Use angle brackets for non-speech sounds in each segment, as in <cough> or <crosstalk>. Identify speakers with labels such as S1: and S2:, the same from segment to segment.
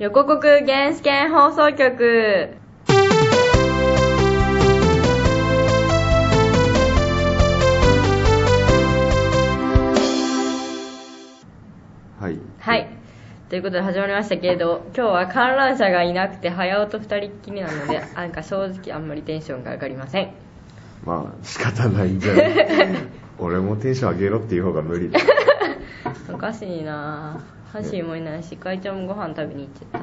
S1: 横国原始圏放送局
S2: はい。
S1: はい。ということで始まりましたけれど、今日は観覧車がいなくて、早尾と二人っきりなので、なんか正直あんまりテンションが上がりません。
S2: まあ、仕方ないんじ
S1: <laughs>
S2: ゃない俺もテンション上げろっていう方が無理だ。 <laughs>
S1: おかしいなぁ。ハッシーもいないし、会長もご飯食べに行っちゃっ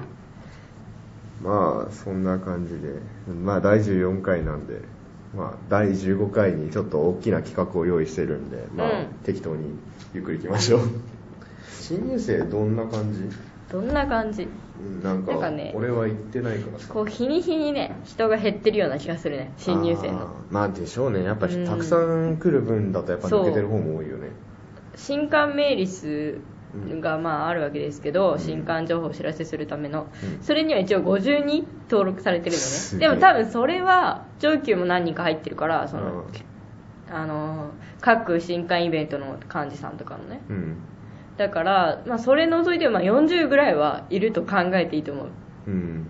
S2: まあ、そんな感じで。まあ、第14回なんで、まあ、第15回にちょっと大きな企画を用意してるんで、まあ、
S1: うん
S2: 適当にゆっくり行きま
S1: <laughs>
S2: しょう。新入生どんな感じ
S1: た。どんな感じ
S2: うんなんか、
S1: なんかね
S2: 俺は行ってないからさ。
S1: こう、日に日にね、人が減ってるような気がするね。新入生
S2: あ
S1: の。
S2: ー。まあ、でしょうね。やっぱ、
S1: うん
S2: たくさん来る分だと、やっぱ抜けてる方も多いよね。
S1: 新刊メール数がまああるわけですけど、
S2: うん
S1: 新刊情報をお知らせするための、
S2: うん
S1: それには一応52登録されてるの
S2: す
S1: ね
S2: げ
S1: で
S2: え
S1: も多分それは上級も何人か入ってるからその、
S2: う
S1: あの各新刊イベントの幹事さんとかのね
S2: んうん。
S1: だから、まあ、それ除いてもまあ40ぐらいはいると考えていいと思う
S2: うん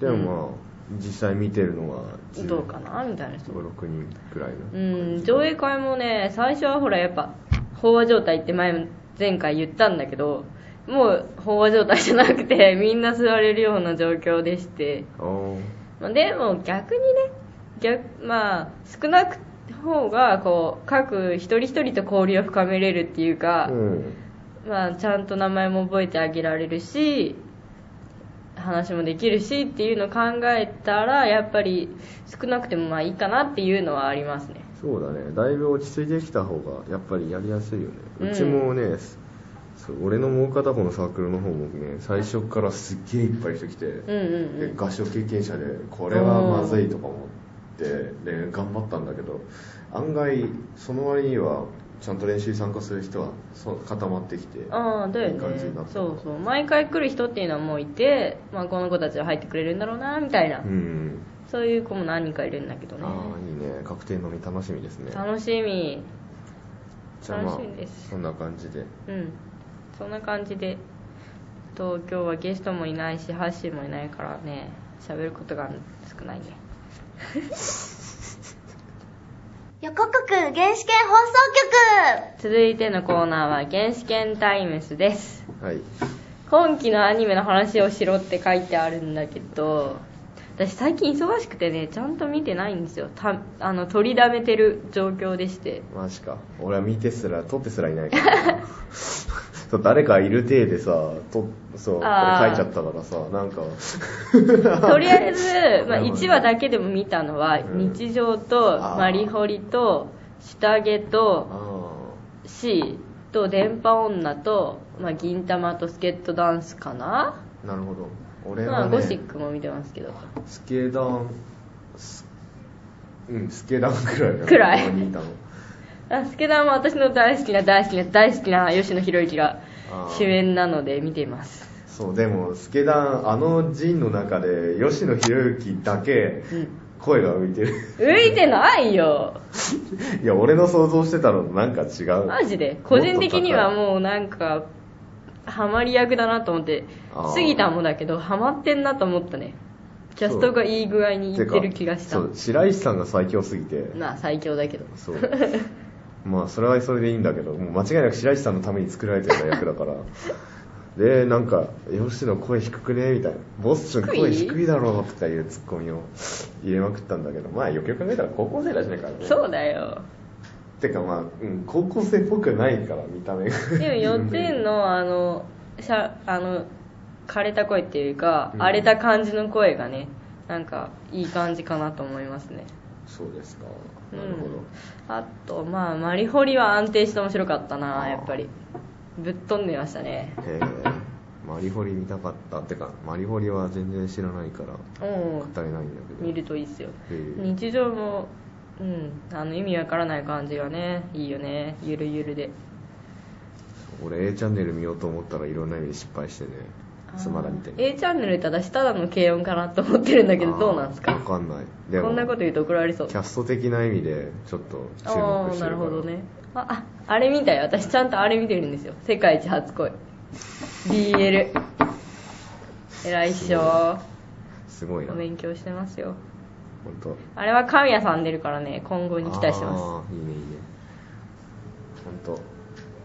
S2: でもまあ、実際見てるのは10
S1: どうかなみたいな人
S2: 56人くらいの
S1: うん上映会もね最初はほらやっぱ飽和状態って前も前回言ったんだけどもう飽和状態じゃなくて <laughs> みんな座れるような状況でして、
S2: あ
S1: まあ、でも逆にね逆まあ少なく方がこう各一人一人と交流を深めれるっていう
S2: あ
S1: か、
S2: うん
S1: まあ、ちゃんと名前も覚えてあげられるし話もできるしっていうのを考えたらやっぱり少なくてもまあいいかなっていうのはありますね
S2: そうだねだいぶ落ち着いてきた方がやっぱりやりやすいよね、
S1: う
S2: うんちもねそう俺のもう片方のサークルの方もね最初からすっげえいっぱい人来て、
S1: うんうんう
S2: で
S1: ん
S2: 合唱経験者でこれはまずいとか思って、で頑張ったんだけど案外その割にはちゃんと練習に参加する人はそう固まってきて
S1: ああだよ
S2: いい感じにな
S1: ね
S2: った
S1: そうそう毎回来る人っていうのはもういて、まあ、この子たちは入ってくれるんだろうなみたいな、
S2: うん
S1: そういう子も何人かいるんだけどね
S2: ああいいね確定飲み楽しみですね
S1: 楽しみ
S2: じゃあまあ
S1: 楽しみです
S2: そんな感じで
S1: うんそんな感じで東京はゲストもいないしハッシーもいないからね喋ることが少ないね
S3: 横国原始圏放送局
S1: 続いてのコーナーは原始圏タイムスです
S2: はい
S1: 今期のアニメの話をしろって書いてあるんだけど私最近忙しくてねちゃんと見てないんですよたあの取りだめてる状況で
S2: <laughs>
S1: して
S2: マジか俺は見てすら撮ってすらいないから
S1: <laughs>
S2: そう誰かいる体でさとそうこれ書いち
S1: あー
S2: ゃったからさなんか
S1: とりあえず、まあ、
S2: なるほど
S1: 1話だけでも見たのは
S2: うん
S1: 日常と
S2: あー
S1: マリホリと下着と
S2: あ
S1: C と電波女と、まあ、銀玉とスケットダンスかな、
S2: あなるほど俺
S1: ま
S2: は、
S1: あ、
S2: ね
S1: ゴシックも見てますけど
S2: スケダンスうんスケダンくらいだね
S1: くらい
S2: ここにいたの
S1: あスケダンも私の大好きな大好きな大好きな吉野博之が
S2: あー
S1: 主演なので見ています
S2: そうでもスケダンあの陣の中で吉野博之だけ
S1: うん
S2: 声が浮いてる
S1: 浮いてないよ
S2: いや、俺の想像してたのとなんか違う。
S1: マジで個人的にはもうなんかハマり役だなと思って
S2: あー
S1: 杉田もだけどハマってんなと思ったねキャストがいい具合にいってる気がした
S2: そう、白石さんが最強すぎて。
S1: なあ最強だ
S2: <laughs>
S1: けど
S2: そう。まあ、それはそれでいいんだけど、もう間違いなく白石さんのために作られてる役だから。で、なんか、吉野声低くねみたいな。ボスちゃん声低いだろとかいうツッコミを入れまくったんだけど、まあ、よくよく考えたら高校生だしねからね。
S1: そうだよ
S2: てかまあ、うん、高校生っぽくないから、見た目が。
S1: でも幼稚園のあのしゃあの枯れた声っていうか、
S2: うん
S1: 荒れた感じの声がねなんかいい感じかなと思いますね
S2: <laughs> そうですか。
S1: うん
S2: なるほど。
S1: あとまあマリホリは安定して面白かったな
S2: あー
S1: やっぱりぶっ飛んでましたね
S2: えーマリホリ見たかったってかマリホリは全然知らないから
S1: うん
S2: 語れないんだけど
S1: 見るといいっすよ
S2: えー
S1: 日常もうんあの意味わからない感じがねいいよねゆるゆるで
S2: 俺 A チャンネル見ようと思ったらいろんな意味で失敗してねそうまだ見てない
S1: A チャンネルただしただの軽音かなと思ってるんだけどどうなんです
S2: わ
S1: か
S2: かんないでも
S1: こんなこと言うと怒られそう
S2: キャスト的な意味でちょっと注目してるから
S1: ああーなるほどねあああれみたい私ちゃんとあれ見てるんですよ世界一初恋 BL 偉いっしょ
S2: すごいな
S1: お勉強してますよ
S2: 本当
S1: あれは神谷さん出るからね今後に期待してます
S2: すいいねいいね本当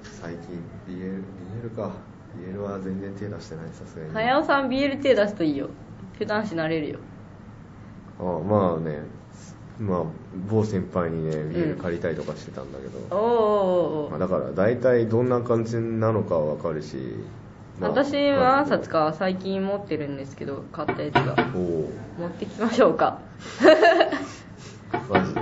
S2: 最近 BL, BL か BL は全然手出してないさすがに
S1: 早尾さん BL 手出すといいよ普段しなれるよ
S2: あまあねまあ某先輩にね
S1: ん
S2: BL 借りたりとかしてたんだけど、
S1: おーおーお
S2: まあ、
S1: ー
S2: だから大体どんな感じなのかは分かるし、まあ
S1: 私は何冊か最近持ってるんですけど買ったやつが
S2: おお
S1: 持ってきましょうか
S2: マジで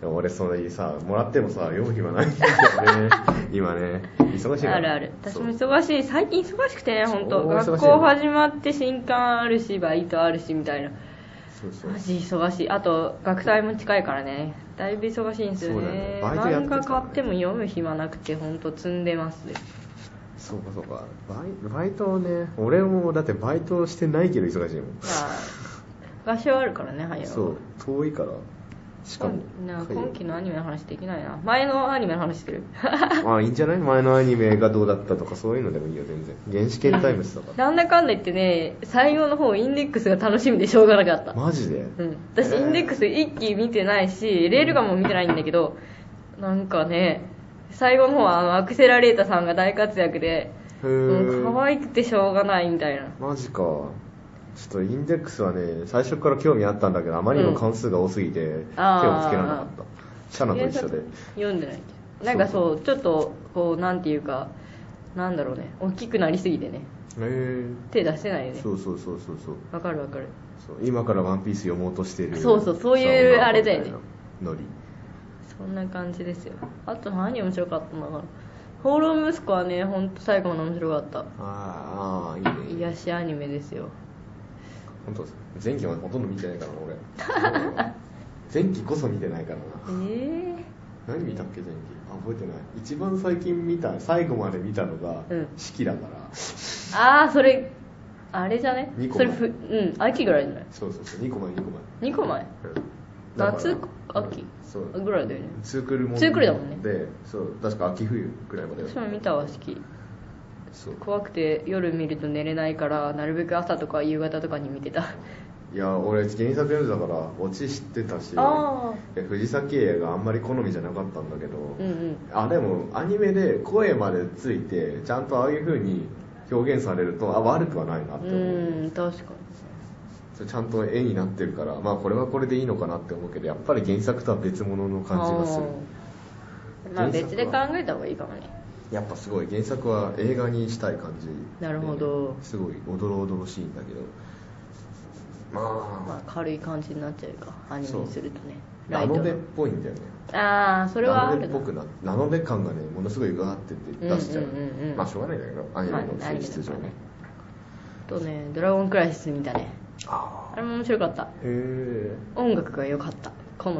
S2: でも俺それさもらってもさ読む暇ないん <laughs> だよね今ね忙しいから
S1: あるある私も
S2: そう
S1: 忙しい最近忙しくてね本当
S2: 超忙しい
S1: 学校始まって新刊あるしバイトあるしみたいな
S2: そうそう
S1: マジ忙しいあと学祭も近いからねだいぶ忙しいんですよね
S2: そうだねバイトやって
S1: 漫
S2: たか
S1: 画
S2: らね
S1: 買っても読む暇なくて本当積んでます
S2: そうかそうかバイバイトをね俺もだってバイトしてないけど忙しいもん
S1: まあ合唱あるからね早い
S2: そう遠いからしかも
S1: な今期のアニメの話できないな前のアニメの話してる
S2: <laughs> あいいんじゃない前のアニメがどうだったとかそういうのでもいいよ全然原始圏タイムズとか
S1: なんだかんだ言ってね最後の方インデックスが楽しみでしょうがなかった
S2: マジで、
S1: うん、私
S2: えー
S1: インデックス一期見てないしレールガンも見てないんだけどなんかね最後の方はあのアクセラレーターさんが大活躍で
S2: へ
S1: もう可
S2: ー
S1: 愛くてしょうがないみたいな
S2: マジかちょっとインデックスはね最初から興味あったんだけどあまりにも関数が多すぎて、手をつけ
S1: あー
S2: られなかったシャナと一緒で
S1: 読んでないけどなんかそうちょっとこうなんていうかなんだろうね大きくなりすぎてね
S2: へー
S1: 手出してないよね
S2: そうそうそうそうそう
S1: わかるわかる
S2: そう今からワンピース読もうとしてる
S1: そうそうそういうあれだよね
S2: そんなノリ
S1: そんな感じですよあと何面白かったのかな放浪息子はねほんと最後の面白かった
S2: あーあーいいねいいね
S1: 癒しアニメですよ
S2: 本当前期はほとんど見てないからな
S1: <laughs>
S2: 俺前期こそ見てないから
S1: ええ
S2: な
S1: ー、
S2: 何見たっけ前期あ覚えてない一番最近見た最後まで見たのが
S1: うん
S2: 式だから、
S1: ああそれあれじゃね
S2: 二個
S1: そ
S2: 前
S1: れふうん秋ぐらいじゃない
S2: そうそうそう2個前2個前
S1: 2個前
S2: だから
S1: 夏秋
S2: そう
S1: ぐらいだよね
S2: ツークールも
S1: ツークールだもんね
S2: でそう確か秋冬ぐらいまで
S1: 私も見たわ式
S2: そう
S1: 怖くて夜見ると寝れないからなるべく朝とか夕方とかに見てた
S2: いや俺原作読んでたからオチ知ってたし
S1: あ
S2: で藤崎映があんまり好みじゃなかったんだけど、
S1: うんうん
S2: あでもアニメで声までついてちゃんとああいう風に表現されるとあ悪くはないなって
S1: う
S2: 思う、
S1: ーん確か
S2: それちゃんと絵になってるからまあこれはこれでいいのかなって思うけどやっぱり原作とは別物の
S1: に
S2: 感じがする
S1: あーまあ
S2: 原作は
S1: 別で考えた方がいいかもね
S2: やっぱすごい原作は映画にしたい感じ
S1: なるほど
S2: ですごいおどろおどろしいんだけど
S1: まあ
S2: ま
S1: 軽い感じになっちゃうかアニメにするとね
S2: あラノベっ
S1: な
S2: ぽいんだよね
S1: ああそれはあ
S2: ラノベ
S1: る
S2: っ
S1: な
S2: ぽくなラノベ感がねものすごいガーって出しちゃう,、
S1: うんうんうんうん
S2: まあしょうがないんだけどアニメの性質上ね、
S1: あとね「ドラゴンクライシス」見たね
S2: あ
S1: あれも面白かった
S2: あへえ
S1: 音楽が良かった好み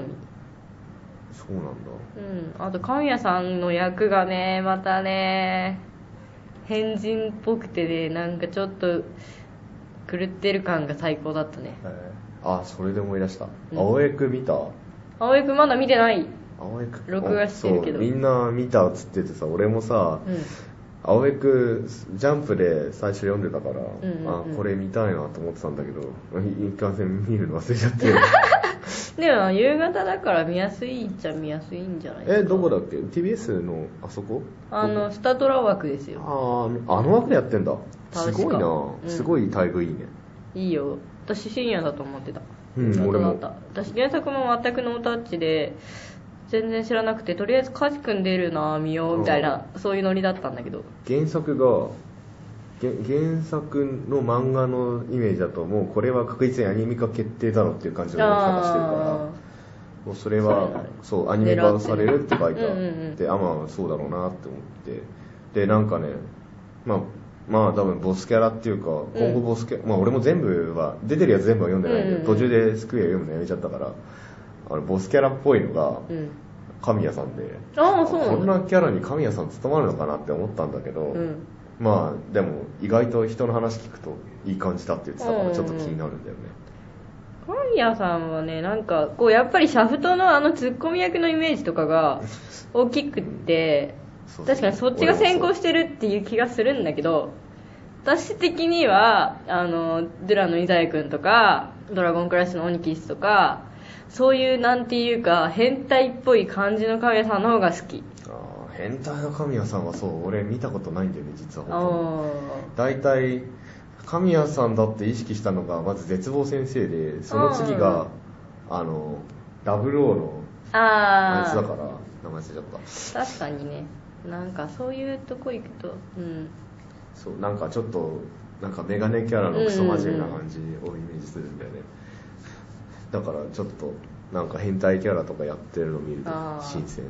S2: そうなんだ
S1: うんあと神谷さんの役がねまたね変人っぽくてねなんかちょっと狂ってる感が最高だったね
S2: あそれで思い出した、
S1: うん
S2: 青江く見た
S1: 葵君まだ見てないうん
S2: 青江く
S1: 録画してるけど
S2: そうみんな見たっつっててさ俺もさ、青江くジャンプで最初読んでたから、
S1: んうんうん
S2: あこれ見たいなと思ってたんだけどい一貫戦見るの忘れち
S1: <laughs>
S2: ゃって
S1: でも夕方だから見やすいっちゃ見やすいんじゃない
S2: えどこだっけ TBS のあそこ
S1: あのスタトラ枠ですよ
S2: あーあの枠でやってんだす
S1: 確か
S2: ごいな、
S1: うん
S2: すごい待遇いいね
S1: いいよ私深夜だと思ってた
S2: うん
S1: 本当
S2: 俺
S1: だ
S2: も
S1: った私原作も全くノータッチで全然知らなくてとりあえずカジ君出るな見ようみたいなそういうノリだったんだけど
S2: 原作がげ原作の漫画のイメージだともうこれは確実にアニメ化決定だろうっていう感じの読み方してるから
S1: あ
S2: もうそれ
S1: そうな
S2: は
S1: の
S2: そうアニメ化されるって書いてあ
S1: 狙ってるうんうんう
S2: っ
S1: ん
S2: てあまあそうだろうなって思ってでなんかねまあまあ多分ボスキャラっていうか今後ボスキャラ、まあ俺も全部は出てるやつ全部は読んでないけど、
S1: うんうん
S2: 途中でスクエア読むのやめちゃったからあのボスキャラっぽいのが
S1: ーうん
S2: 神谷さんで
S1: ああそう
S2: こ
S1: なんんだ
S2: なキャラに神谷さん務まるのかなって思ったんだけど、
S1: うん
S2: まあでも意外と人の話聞くといい感じだって言ってたか
S1: うんう
S2: ら
S1: ん
S2: ちょっと気になるんだよね、
S1: 神谷さんはねなんかこうやっぱりシャフトのあのツッコミ役のイメージとかが大きくって
S2: そうそう
S1: 確かにそっちが先行してるっていう気がするんだけど私的にはあのドゥラの伊沢君とかドラゴンクラッシュのオニキスとかそういうなんていうか変態っぽい感じの影さんの方が好き
S2: あー変態の神谷さんはそう俺見たことないんだよね実は
S1: あ
S2: 本当に大体神谷さんだって意識したのがまず絶望先生でその次があのダブルオーの
S1: ーあ
S2: あい
S1: ー
S2: つだから名前忘れちゃった
S1: 確かにねなんかそういうとこ行くとうん
S2: そうなんかちょっとなんかメガネキャラのクソ真面目な感じをイメージするんだよね、だからちょっとなんか変態キャラとかやってるの見ると
S1: あー
S2: 新鮮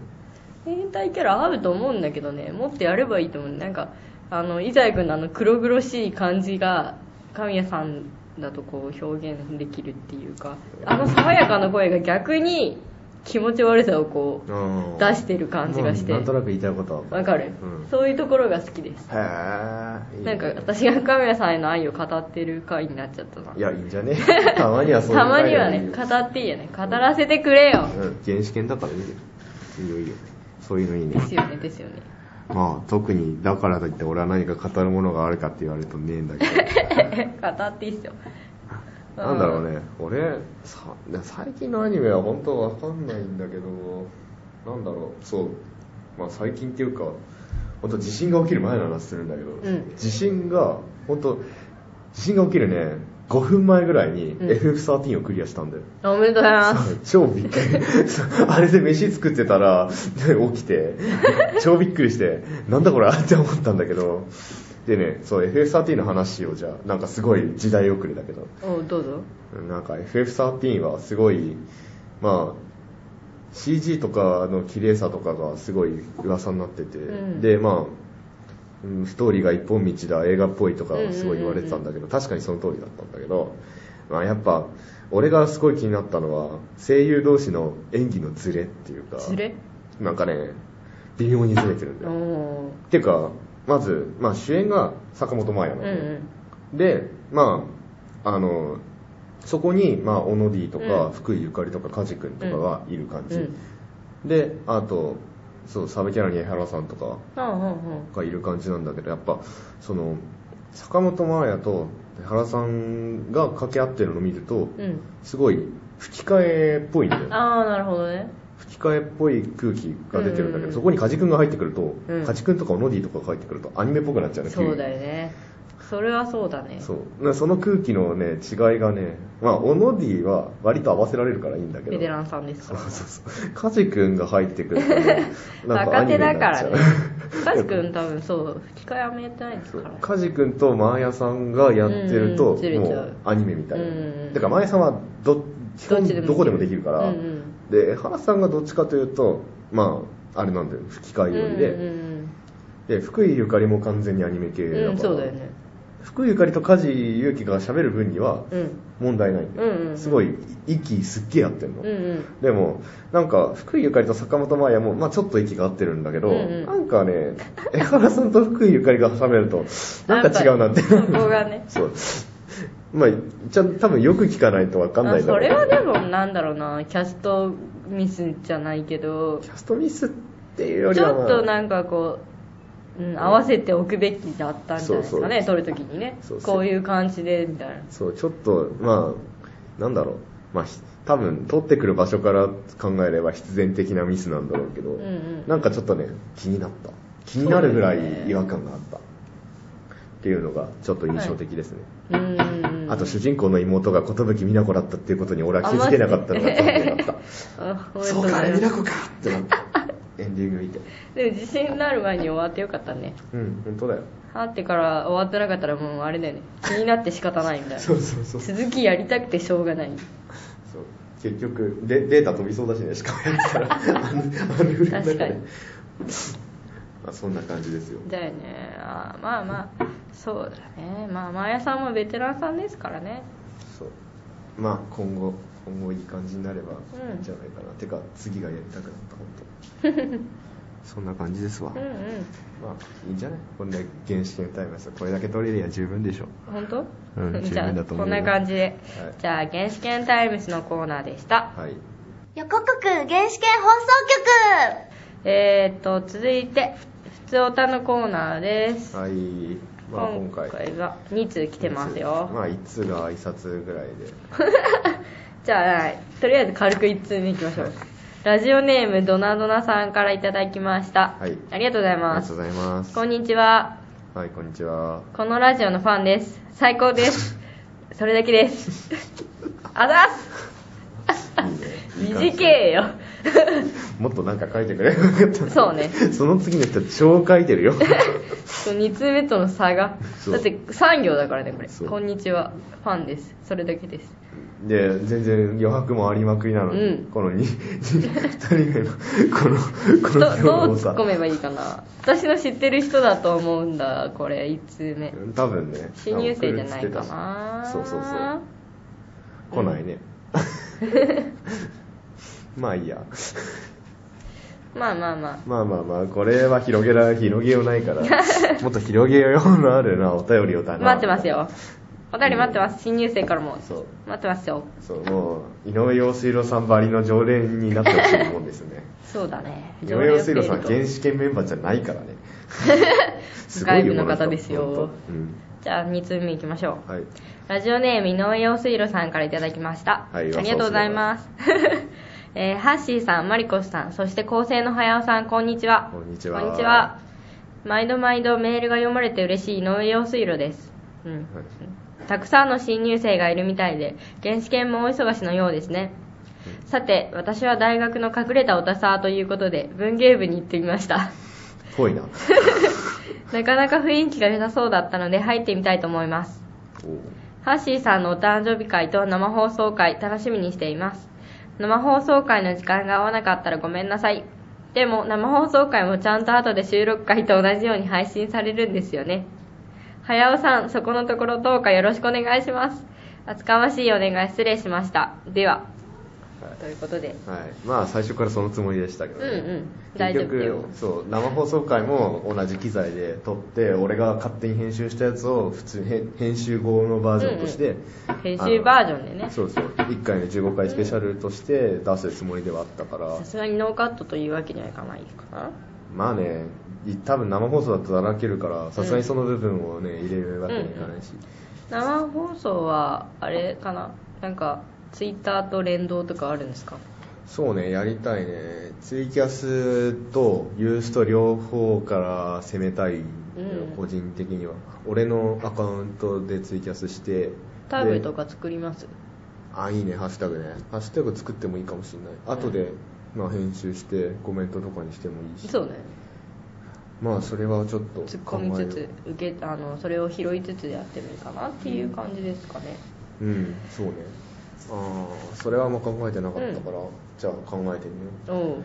S1: 変態キャラ合うと思うんだけどねもっとやればいいと思うなんかあの伊沢君のあの黒々しい感じが神谷さんだとこう表現できるっていうかあの爽やかな声が逆に気持ち悪さをこう
S2: うん
S1: 出してる感じがして
S2: まあなんとなく言いたいことは
S1: わかる、
S2: うん
S1: そういうところが好きです
S2: へえ
S1: なんか私が神谷さんへの愛を語ってる回になっちゃったない
S2: やいいんじゃね <laughs> たまにはそうい
S1: <laughs>
S2: う
S1: たまには
S2: 回
S1: ね
S2: がいい
S1: 語
S2: よ
S1: っていいよね語らせてくれよ、
S2: うん原始犬だからいいよいいよいいよそういうのいいね
S1: ですよねですよね <laughs>
S2: まあ特にだからといって俺は何か語るものがあるかって言われるとねえんだけど
S1: 語っていいっすよ <laughs>
S2: なんだろうね、俺さ、最近のアニメは本当わかんないんだけど、なんだろう、そう、まあ最近っていうか、本当地震が起きる前の話するんだけど、
S1: うん
S2: 地震が、本当地震が起きるね、5分前ぐらいに
S1: うん
S2: FF13 をクリアしたんだよ。
S1: おめでとうございます
S2: そう超びっくり <laughs> そうあれで飯作ってたら起きて <laughs> 超びっくりしてなんだこれって思ったんだけどでねそう FF13 の話をじゃあなんかすごい時代遅れだけど
S1: おどうぞ
S2: なんか FF13 はすごい、まあ、CG とかの綺麗さとかがすごい噂になってて、
S1: うん
S2: で、まあ、うんストーリーが一本道だ、映画っぽいとかすごい言われてたんだけど、確かにその通りだったんだけど、まあ、やっぱ、俺がすごい気になったのは、声優同士の演技のズレっていうか、
S1: ズレ
S2: なんかね、微妙にズレてるんだ
S1: お
S2: よ。
S1: お
S2: っていうか、まず、まあ、主演が坂本真綾
S1: ー
S2: な
S1: うんん
S2: だ
S1: う
S2: よ
S1: ん
S2: で、まあ、あの、そこに、まあ、オノディとか、
S1: うん
S2: 福井ゆかりとか、梶君とかがいる感じ。
S1: うん
S2: で、あと、そう、サブキャラに江原さんとか
S1: うんうんうん
S2: がいる感じなんだけど、やっぱ、その、坂本真綾と江原さんが掛け合ってるのを見ると、
S1: うん
S2: すごい、吹き替えっぽいんだよ。
S1: ああなるほどね
S2: 吹き替えっぽい空気が出てるんだ
S1: うんうんう
S2: けど、
S1: ん
S2: そこに梶君が入ってくると
S1: うん、
S2: 梶君とかオノディとかが入ってくると、アニメっぽくなっちゃうね、急に
S1: そうだよねそれはそうだね
S2: そうなその空気のね違いがねまあオノディは割と合わせられるからいいんだけど
S1: ベテランさんです
S2: そ
S1: か
S2: う
S1: ら
S2: そうそうカジ君が入ってくるとねなんか
S1: <laughs>
S2: ア
S1: 若
S2: ニ
S1: 手
S2: メ
S1: だ
S2: にな
S1: か
S2: っ
S1: ら
S2: ちゃう
S1: ねカジ君多分そう吹き替えあんまやってないです
S2: そ
S1: か
S2: う
S1: らね
S2: カジ君とマーヤさんがやってる
S1: う
S2: と、
S1: んずれちゃう
S2: もうアニメみたいな、
S1: うん
S2: だからマーヤさんはど基
S1: どっ
S2: 本
S1: ちでも
S2: どこでもできるから、
S1: うんうん
S2: で原さんがどっちかというとまああれなんだよ吹き替え寄りで、
S1: うんうん
S2: で福井ゆかりも完全にアニメ
S1: う
S2: 系だか
S1: ん
S2: ら、
S1: うんそうだよね
S2: 福井ゆかりと梶裕貴が喋る分には
S1: うん
S2: 問題ないんだよ、
S1: うんうん
S2: すごい息すっげえ合ってんの、
S1: うんうん
S2: でもなんか福井ゆかりと坂本真綾も、まあ、ちょっと息が合ってるんだけど、
S1: うんうん
S2: なんかね江原さんと福井ゆかりが挟めるとなんか違うなって
S1: やぱりそこがね
S2: そうまあちゃん多分よく聞かないと分かんない
S1: あ
S2: だろ
S1: そう
S2: け
S1: れ
S2: ど
S1: はでもなんだろうなキャストミスじゃないけど
S2: キャストミスっていうより
S1: ち
S2: は、
S1: ょ
S2: まあ
S1: っとなんかこう、うん、合わせておくべきだったんじゃないですかね、
S2: そ
S1: 撮るときにね
S2: そうそう
S1: こういう感じでみたいな。
S2: そうちょっとまあなんだろうまあひ多分取ってくる場所から考えれば必然的なミスなんだろうけど、
S1: うんうん
S2: なんかちょっとね気になった気になるぐら
S1: そうだよ
S2: い
S1: ね
S2: 違和感があった、っていうのがちょっと印象的ですね、
S1: うんうんうん
S2: あと主人公の妹が寿美奈子だったっていうことに俺は気づけなかったのが残念だった
S1: あおめでと
S2: <laughs> そうう
S1: ご
S2: か
S1: ざいま
S2: 美奈
S1: す
S2: 子かってなった <laughs> エンディング見て
S1: でも自信になる前に終わってよかったね
S2: うん本当だよ
S1: はってから終わってなかったらもうあれだよね気になって仕方ないみたいな
S2: そうそうそうそう
S1: 続きやりたくてしょうがない
S2: 結局デデータ飛びそうだしねしかもやってたら <laughs> あのあの裏の
S1: 確
S2: 中
S1: かに
S2: で <laughs> まあそんな感じですよ
S1: だよねあーまあまあそうだねまあマーヤさんもベテランさんですからね
S2: そうまあ今後今後いい感じになれば
S1: うん
S2: いいんじゃないかな、てか次がやりたくなった本 <laughs> 当そんな感じですわ、
S1: うんう
S2: ま
S1: ん
S2: あいいんじゃないこんな原始圏タイムですこれだけ取れりゃ十分でしょ
S1: 本当、 <laughs>
S2: うん十
S1: じゃあ
S2: 分だと思
S1: こ
S2: うんよ
S1: な感じで、
S2: はい
S1: じゃあ原始圏タイムスのコーナーでした
S2: はい
S3: 予告曲原始圏放送局
S1: えーっと続いてふつおたのコーナーです
S2: はいまあ今回
S1: は2通来てますよ、
S2: まあ1通が挨拶ぐらいで
S1: じゃあとりあえず軽く1通目いきましょう、ラジオネームドナドナさんからいただきました、
S2: はい
S1: ありがとうござい
S2: ありが
S1: ま
S2: と
S1: す
S2: うございます
S1: こんにちは
S2: はいこんにちは
S1: このラジオのファンです最高ですそれだけです
S2: <laughs>
S1: あざっす
S2: いいねいい感じ
S1: 短えよ <laughs>
S2: もっとなんか書いてくれよかった
S1: そうね
S2: その次の人超書いて
S1: <laughs>
S2: るよ
S1: 2通目との差が
S2: そう
S1: だって3行だからねこれ
S2: そう
S1: こんにちはファンですそれだけです
S2: で全然余白もありまくりなのに、
S1: うん
S2: この 2, 人が今この
S1: ど
S2: この
S1: ど
S2: 行
S1: う
S2: を
S1: 突
S2: さ
S1: っ込めばいいかな私の知ってる人だと思うんだこれ1通目
S2: 多分ね
S1: 新入生じゃないかな
S2: 多分来るっつってたしそうそうそう来な
S1: <laughs>
S2: いね、 <laughs> まあいいや
S1: まあまあまあ
S2: まあまあまあこれは広げら広げようない
S1: <laughs>
S2: からもっと広げようのあるなお便りをだな
S1: 待ってますよお便り待ってます新入生からも
S2: そう
S1: 待ってますよ
S2: そうもう井上陽水郎さんばりの常連になってほしいもんですね
S1: そうだね
S2: 井上陽水郎さん
S1: 常連
S2: 原
S1: を増えると
S2: 始圏メンバーじゃないからね
S1: <laughs> 外部の
S2: こ人
S1: 方ですよ
S2: ほんとうん
S1: じゃあ2通目いきましょう
S2: はい
S1: ラジオネーム井上陽水路さんからいただきました、
S2: はい
S1: ありがとうございます、 <laughs> えーハッシーさんマリコスさんそして構成の早尾さんこんにちは
S2: こんにちは
S1: 毎度毎度メールが読まれて嬉しい井上陽水路ですうん <laughs>
S2: はい
S1: たくさんの新入生がいるみたいで原始研も大忙しのようですねさて私は大学の隠れたオタサーということで文芸部に行ってみました <laughs>
S2: 遠いな
S1: なかなか雰囲気が良さそうだったので入ってみたいと思います
S2: おう
S1: ハッシーさんのお誕生日会と生放送会楽しみにしています生放送会の時間が合わなかったらごめんなさいでも生放送会もちゃんと後で収録会と同じように配信されるんですよね早尾さんそこのところどうかよろしくお願いします厚かましいお願い失礼しましたでは、
S2: はい
S1: ということで
S2: はい、まあ最初からそのつもりでしたけど、ね
S1: うんうん大丈夫だよ
S2: 結局そう生放送回も同じ機材で撮って俺が勝手に編集したやつを普通に編編集後のバージョンとして、
S1: 編集バージョンでね
S2: そうそう1回の15回スペシャルとして出すつもりではあったから、
S1: さすがにノーカットというわけにはいかないかな
S2: まあねい多分生放送だとだらけるからさすがにその部分をね入れるわけにはいかないし、
S1: 生放送はあれかななんかツイッターと連動とかあるんですか
S2: そうねやりたいねツイキャスとユースト両方から攻めたい、
S1: うん
S2: 個人的には俺のアカウントでツイキャスして
S1: タブ
S2: で
S1: とか作ります
S2: あいいねハッシュタグねハッシュタグ作ってもいいかもしれない後で、まあ、編集してコメントとかにしてもいいし
S1: そうね
S2: まあそれはちょっと
S1: 突っ込みつつ受けあのそれを拾いつつやってもいいかなっていう感じですかね、
S2: うんそうねああそれはあんま考えてなかったから、じゃあ考えてみよ
S1: おう
S2: う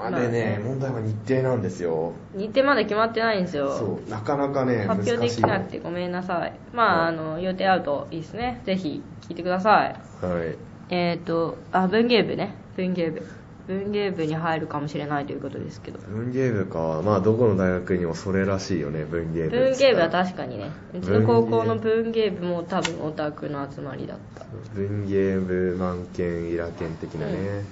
S2: あれね、問題は日程なんですよ
S1: 日程まだ決まってないんですよ
S2: そうなかなかね
S1: 発表できなくて
S2: 難し
S1: ごめんなさいまああ
S2: うん
S1: の予定合うといいですねぜひ聞いてください
S2: いのはい
S1: えっ、とあ文芸部ね文芸部文芸部に入るかもしれないということですけど
S2: 文芸部かまあどこの大学にもそれらしいよね文芸部
S1: 文芸部は確かにねうちの
S2: 文芸
S1: 高校の文芸部も多分オタクの集まりだった
S2: 文芸部満研イラ研的なね、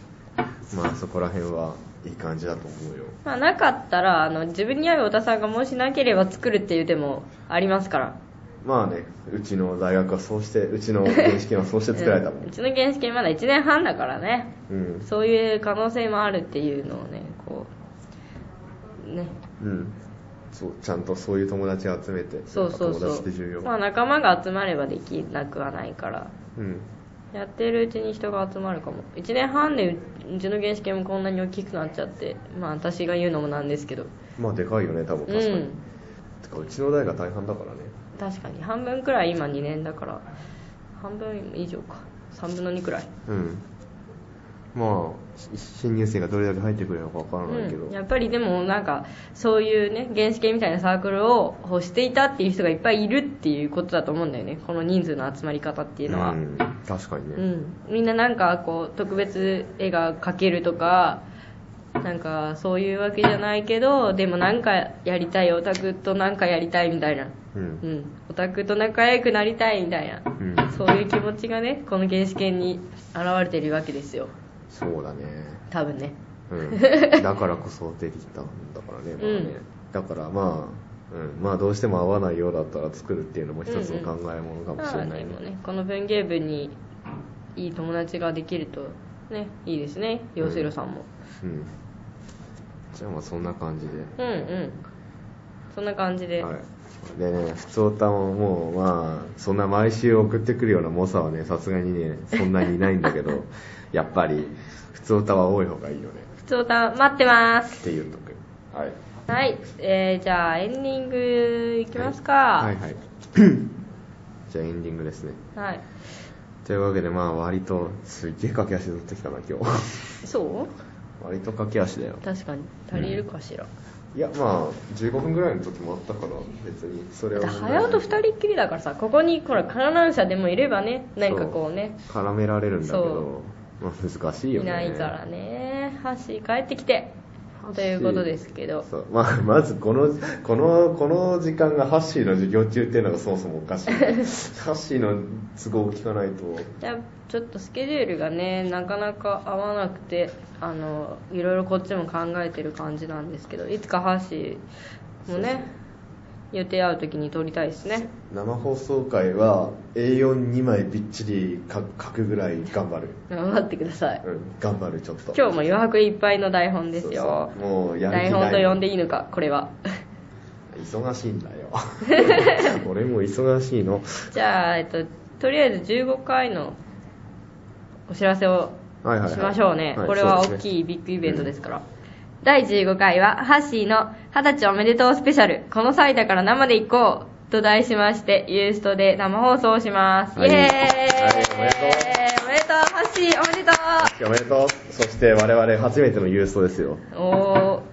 S2: まあそこら辺はいい感じだと思うよ
S1: まあなかったらあの自分に合う太田さんがもしなければ作るっていう手もありますから
S2: まあねうちの大学はそうしてうちの原始研はそうして作られたも
S1: うんんうちの原始研まだ1年半だからね
S2: う
S1: <laughs>
S2: ん
S1: そういう可能性もあるっていうのをねこうね
S2: うんそうちゃんとそういう友達集めて
S1: そうそうそ
S2: 友達って重
S1: う
S2: 要、
S1: まあ仲間が集まればできなくはないから
S2: うん
S1: やってるうちに人が集まるかも1年半でううちの原始研もこんなに大きくなっちゃってまあ私が言うのもなんですけど
S2: まあでかいよね多分確かに、
S1: うん
S2: てかうちの大が大半だからね
S1: 確かに半分くらい今2年だから半分以上か3分の2くらい
S2: うんまあし新入生がどれだけ入ってくれるのかわからないけど、
S1: うん、やっぱりでもなんかそういうね原始系みたいなサークルを欲していたっていう人がいっぱいいるっていうことだと思うんだよねこの人数の集まり方っていうのは、うん
S2: ん、確かにね、
S1: みんななんかこう特別絵が描けるとかなんかそういうわけじゃないけどでもなんかやりたいオタクとなんかやりたいみたいな、
S2: う
S1: うんん、オタクと仲良くなりたいみたいな
S2: うん
S1: そういう気持ちがねこの原始圏に現れてるわけですよ
S2: そうだね、
S1: 多分ね <laughs>
S2: うん、だからこそできたんだからね,、まあね
S1: うん
S2: だからまあうん、まあどうしても合わないようだったら作るっていうのも一つの考えものかもしれ
S1: まあ
S2: ない
S1: でも
S2: ね。
S1: ねこの文芸部にいい友達ができるとねいいですね陽水路さんも、
S2: うん。じゃあまあそんな感じで。
S1: うん、うんそんな感じで、
S2: はい、でね、普通歌ももう、まあ、そんな毎週送ってくるような猛者はね、さすがにね、そんなにいないんだけ <laughs> ど、やっぱり、普通歌は多い方がいいよね、
S1: 普通歌待ってます
S2: っていうとく。はい。
S1: はい、えー、じゃあエンディングいきますか
S2: はい <coughs> はい。じゃあエンディングですね。
S1: はい
S2: というわけで、まあ、割と、すっげえ駆け足で撮ってきたな、今日。 <laughs>
S1: そう
S2: 割と駆け足だよ。
S1: 確かに足りるかしら、
S2: いや、まあ、15分ぐらいの時もあったから、別に、そ
S1: だ
S2: れ
S1: っ
S2: は
S1: て
S2: 問題ない。
S1: 早尾と二人っきりだからさここにほら観覧車でもいればね何かこうね
S2: そう絡められるんだけ
S1: そ
S2: ど、まあ、難しいよ
S1: い
S2: ね。
S1: ないからねハッシー帰ってきてということですけど
S2: そうまあ、まずこのこのこの時間がハッシーの授業中っていうのがそもそもお
S1: <laughs>
S2: かしいハッシーの都合を聞かないと
S1: じゃあちょっとスケジュールがねなかなか合わなくてあのいろいろこっちも考えてる感じなんですけどいつかハッシーもね予定合う時に撮りたいですね
S2: 生放送回は A42 枚びっちり書書くぐらい頑張る、
S1: 頑張ってください
S2: うん、頑張るちょっと
S1: 今日も余白いっぱいの台本ですよ
S2: そうそうもうやる
S1: 台
S2: 気
S1: 本と呼ん
S2: な
S1: でいいのかこれは
S2: い忙しいんだよ <laughs> 俺も忙しいの
S1: じゃあ、えっと、とりあえず15回のお知らせを
S2: はいはい、はい、
S1: しましょうね、これは大
S2: い
S1: きいビッグイベントですから、第15回はハッシーの20歳おめでとうスペシャルこの際だから生で行こうと題しましてユーストで生放送をします、
S2: はい
S1: イエーイ、
S2: はい
S1: おめ
S2: おめでとう
S1: でとうハッシーおめでと
S2: おめでとうそして我々初めての郵送ですよ、
S1: うおー
S2: ね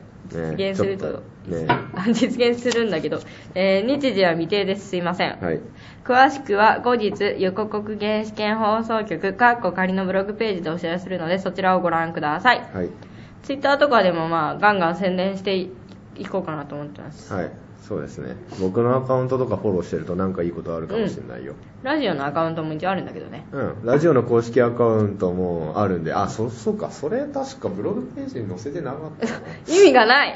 S1: 実現する
S2: ち
S1: と
S2: ょっとね
S1: あ <laughs> 実現するんだけど、えー日時は未定ですすいません、
S2: はい
S1: 詳しくは後日横国原始圏放送局かっこ仮のブログページでお知らせするのでそちらをご覧ください
S2: はい
S1: ツイッターとかでもまあガンガン宣伝していいこうかなと思ってます
S2: はい、そうですね。僕のアカウントとかフォローしてるとなんかいいことあるかもしれないよ。
S1: ラジオのアカウントも一応あるんだけどね
S2: うん、ラジオの公式アカウントもあるんで、あ、そ、そうか、それ確かブログページに載せてなかったな。
S1: 意味がない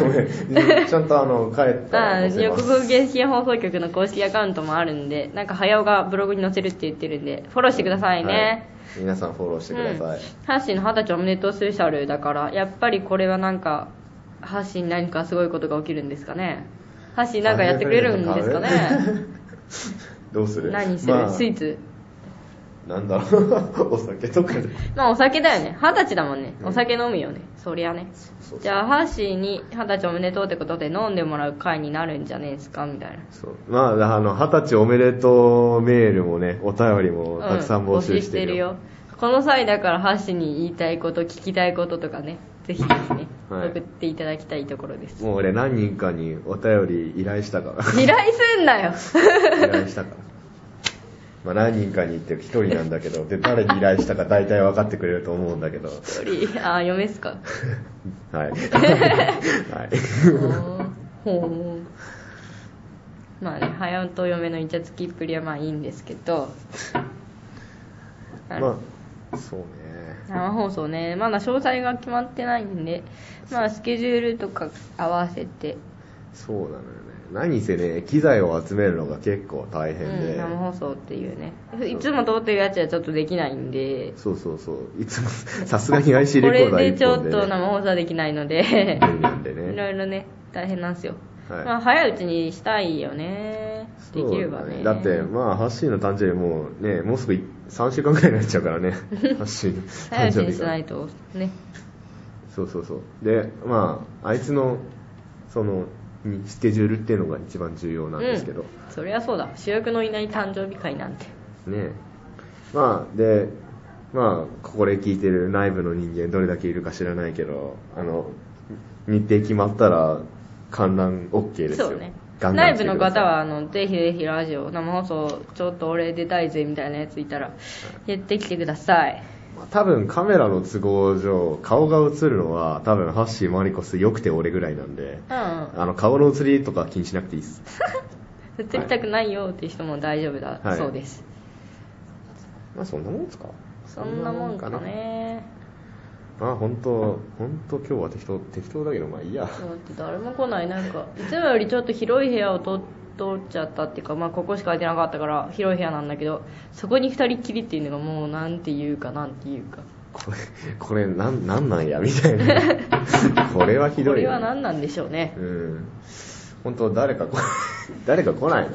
S2: ごめん、ちゃんとあの、帰った
S1: <laughs> あ
S2: ら載せま
S1: 横
S2: す。
S1: 国原始圏放送局の公式アカウントもあるんでなんか早尾がブログに載せるって言ってるんでフォローしてくださいね、
S2: はい。皆さんフォローしてください。
S1: ハッシーの二十歳おめでとうスペシャルだからやっぱりこれはなんかハッシーに何かすごいことが起きるんですかねハッシーなんかやってくれるんですかね
S2: <laughs> どうする
S1: 何する、
S2: まあ
S1: スイーツ
S2: なんだろう、お酒とかで。
S1: まあお酒だよね二十歳だもんね
S2: うん
S1: お酒飲むよね、そりゃね
S2: そう
S1: <laughs> じゃあハッシーに二十歳おめでとうってことで飲んでもらう会になるんじゃねえですかみたいな
S2: そう。まあ、あの、二十歳おめでとうメールもね、お便りもたくさん募集してるよ。
S1: うん募集この際だからハッシーに言いたいこと聞きたいこととかねぜひですね、
S2: はい
S1: 送っていただきたいところです
S2: もう俺何人かにお便り依頼したから。
S1: 依頼すんなよ
S2: 依頼したから。まあ何人かに言って一人なんだけど、で、誰に依頼したか大体分かってくれると思うんだけど。はい。
S1: 一人
S2: <laughs>
S1: ああ嫁っすか <laughs>
S2: はい。
S1: ほーほーまあね早尾と嫁のイチャつきっぷりはまあいいんですけどあの
S2: まあ、そうね。
S1: 生放送ねまだ詳細が決まってないんでまあスケジュールとか合わせて、
S2: そうなのよね。何せね、機材を集めるのが結構大
S1: う
S2: 変
S1: ん、
S2: で。
S1: 生放送っていうねいつも通ってるやつはちょっとできないんで
S2: そうそうそう。いつも、さすがに IC
S1: こ
S2: レ
S1: れ
S2: コーダー
S1: で
S2: 一
S1: ちょ
S2: 本
S1: っ
S2: で、ね。
S1: と生放送はできないので
S2: 無理なんで
S1: い
S2: ね。
S1: ろいろね大変なんですよ、
S2: はい
S1: まあ早いうちにしたいよねできればね
S2: そうだねだってまあハッシーの誕生日もうねもうすぐ3週間ぐらいになっちゃ
S1: <laughs>
S2: うからねハッシーの
S1: 早い
S2: 誕
S1: うち
S2: 生
S1: に
S2: 日
S1: し
S2: が
S1: ないとね
S2: そうそうそうでまああいつのそのにスケジュールっていうのが一番重要なんですけど、
S1: うん、そりゃそうだ主役のいない誕生日会なんて
S2: ねまあでまあここで聞いてる内部の人間どれだけいるか知らないけどあの日程決まったら観覧 OK ですよ
S1: そうね
S2: ガンガ
S1: 内
S2: ン来て
S1: 部
S2: く
S1: の
S2: ださ
S1: 方
S2: い
S1: はあのぜひぜひラジオ生放送ちょっと俺出たいぜみたいなやついたらやってきてください
S2: まあ多分カメラの都合上顔が映るのは多分ハッシーマリコスよくて俺ぐらいなんで
S1: うんうん
S2: あの顔の映りとか気にしなくていいです
S1: 映りたくないよって人も大丈夫だ、
S2: はい
S1: そうです
S2: まあそんなもんですか
S1: そんなもんか
S2: そんなもん
S1: ね
S2: あ本当本当今日は適当適当だけどまあいいや <laughs>
S1: だって誰も来ないなんかいつもよりちょっと広い部屋を取取っちゃったっていうか、まあ、ここしか空いてなかったから広い部屋なんだけどそこに二人っきりっていうのがもうなんていうかなんていうか
S2: これこれなんなんなんやみたい
S1: <laughs>
S2: なこれはひど
S1: こ
S2: い
S1: れ
S2: よ
S1: は何なんでしょうね
S2: うん本当誰か来 <laughs> 誰か来ないの本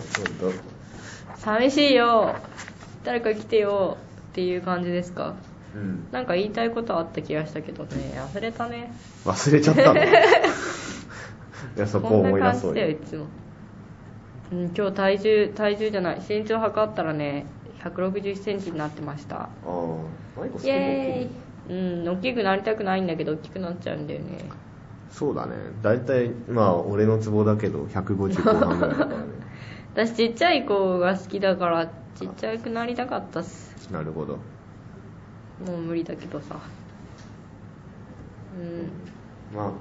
S1: 寂しいよ誰か来てよっていう感じですか
S2: 当うん
S1: なんか言いたいことあった気がしたけどね忘れたね
S2: 忘れちゃっ
S1: <laughs>
S2: たのいやそこを思い出そ
S1: こんな感
S2: う
S1: じだよい
S2: よ
S1: つも、うん、今日体重体重じゃない身長測ったらね1 6 1ンチになってました
S2: ああマイコ
S1: イエーイうん大きくなりたくないんだけど大きくなっちゃうんだよね
S2: そうだね大体まあ俺のツボだけど150後半ぐらいだからね
S1: <laughs> 私ちっちゃい子が好きだからちっちゃくなりたかったっす
S2: なるほど
S1: もう無理だけどさうん
S2: まあ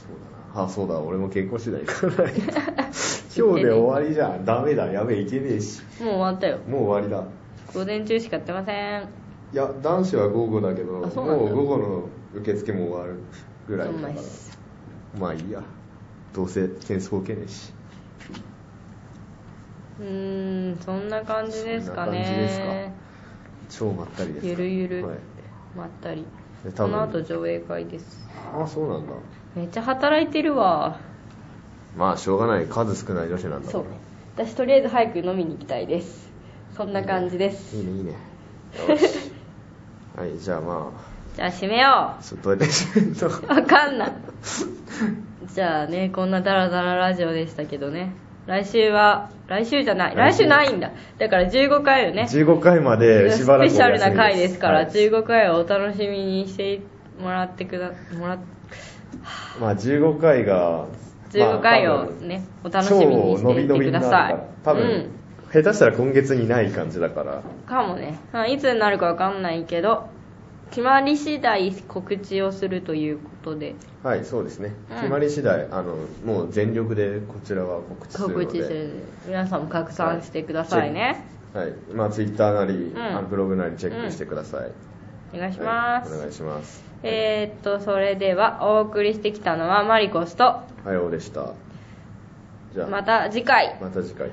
S2: そうだなあそうだ俺も健康次第行
S1: <laughs>
S2: かない今日で終わりじゃんダメだやべえいけねえし
S1: もう終わったよ
S2: もう終わりだ
S1: 午前中しかやってません
S2: いや男子は午後だけど
S1: あそうなんだ
S2: もう午後の受付も終わるぐらいだ
S1: そう
S2: か
S1: な
S2: ら
S1: いっす
S2: まあいいやどうせ点数受けねえし
S1: うーんそんな感じですか
S2: そんな感じですか
S1: ね
S2: 超まったりです
S1: ゆるゆる、
S2: はい
S1: まったり
S2: で
S1: こ
S2: 多分
S1: の後上映会です
S2: あそうなんだ
S1: めっちゃ働いてるわ
S2: まあしょうがない数少ない女子なんだか
S1: そ
S2: ら
S1: う私とりあえず早く飲みに行きたいですそんな感じです
S2: いいねいいね
S1: <laughs>
S2: よしはいじゃあま
S1: じゃあ閉めよ
S2: あちょっとどうやって締めるの
S1: うわか
S2: <laughs>
S1: んないじゃあねこんなダラダララジオでしたけどね来週は来週じゃない来
S2: 来週
S1: 週ないんだだから15回よね
S2: 15回までしばらくお休み
S1: スペシャルな回ですから、
S2: はい
S1: 15回をお楽しみにしてもらってくだもらっ
S2: まあ15回が
S1: 15回をね、お楽しみにしていてください
S2: 多分、下手したら今月にない感じだから
S1: うん、かもね、まあいつになるかわかんないけど決まり次第告知をするということで
S2: はいそうですね、
S1: うん
S2: 決まり次第あのもう全力でこちらは告知するので
S1: 告知するので皆さんも拡散してくださいね、
S2: はいまあツイッターなり、
S1: ん
S2: あブログなりチェックしてください、
S1: お願いします、
S2: はいお願いします
S1: えー、っとそれではお送りしてきたのはマリコスと
S2: はいおでしたじゃあ
S1: また次回
S2: また次回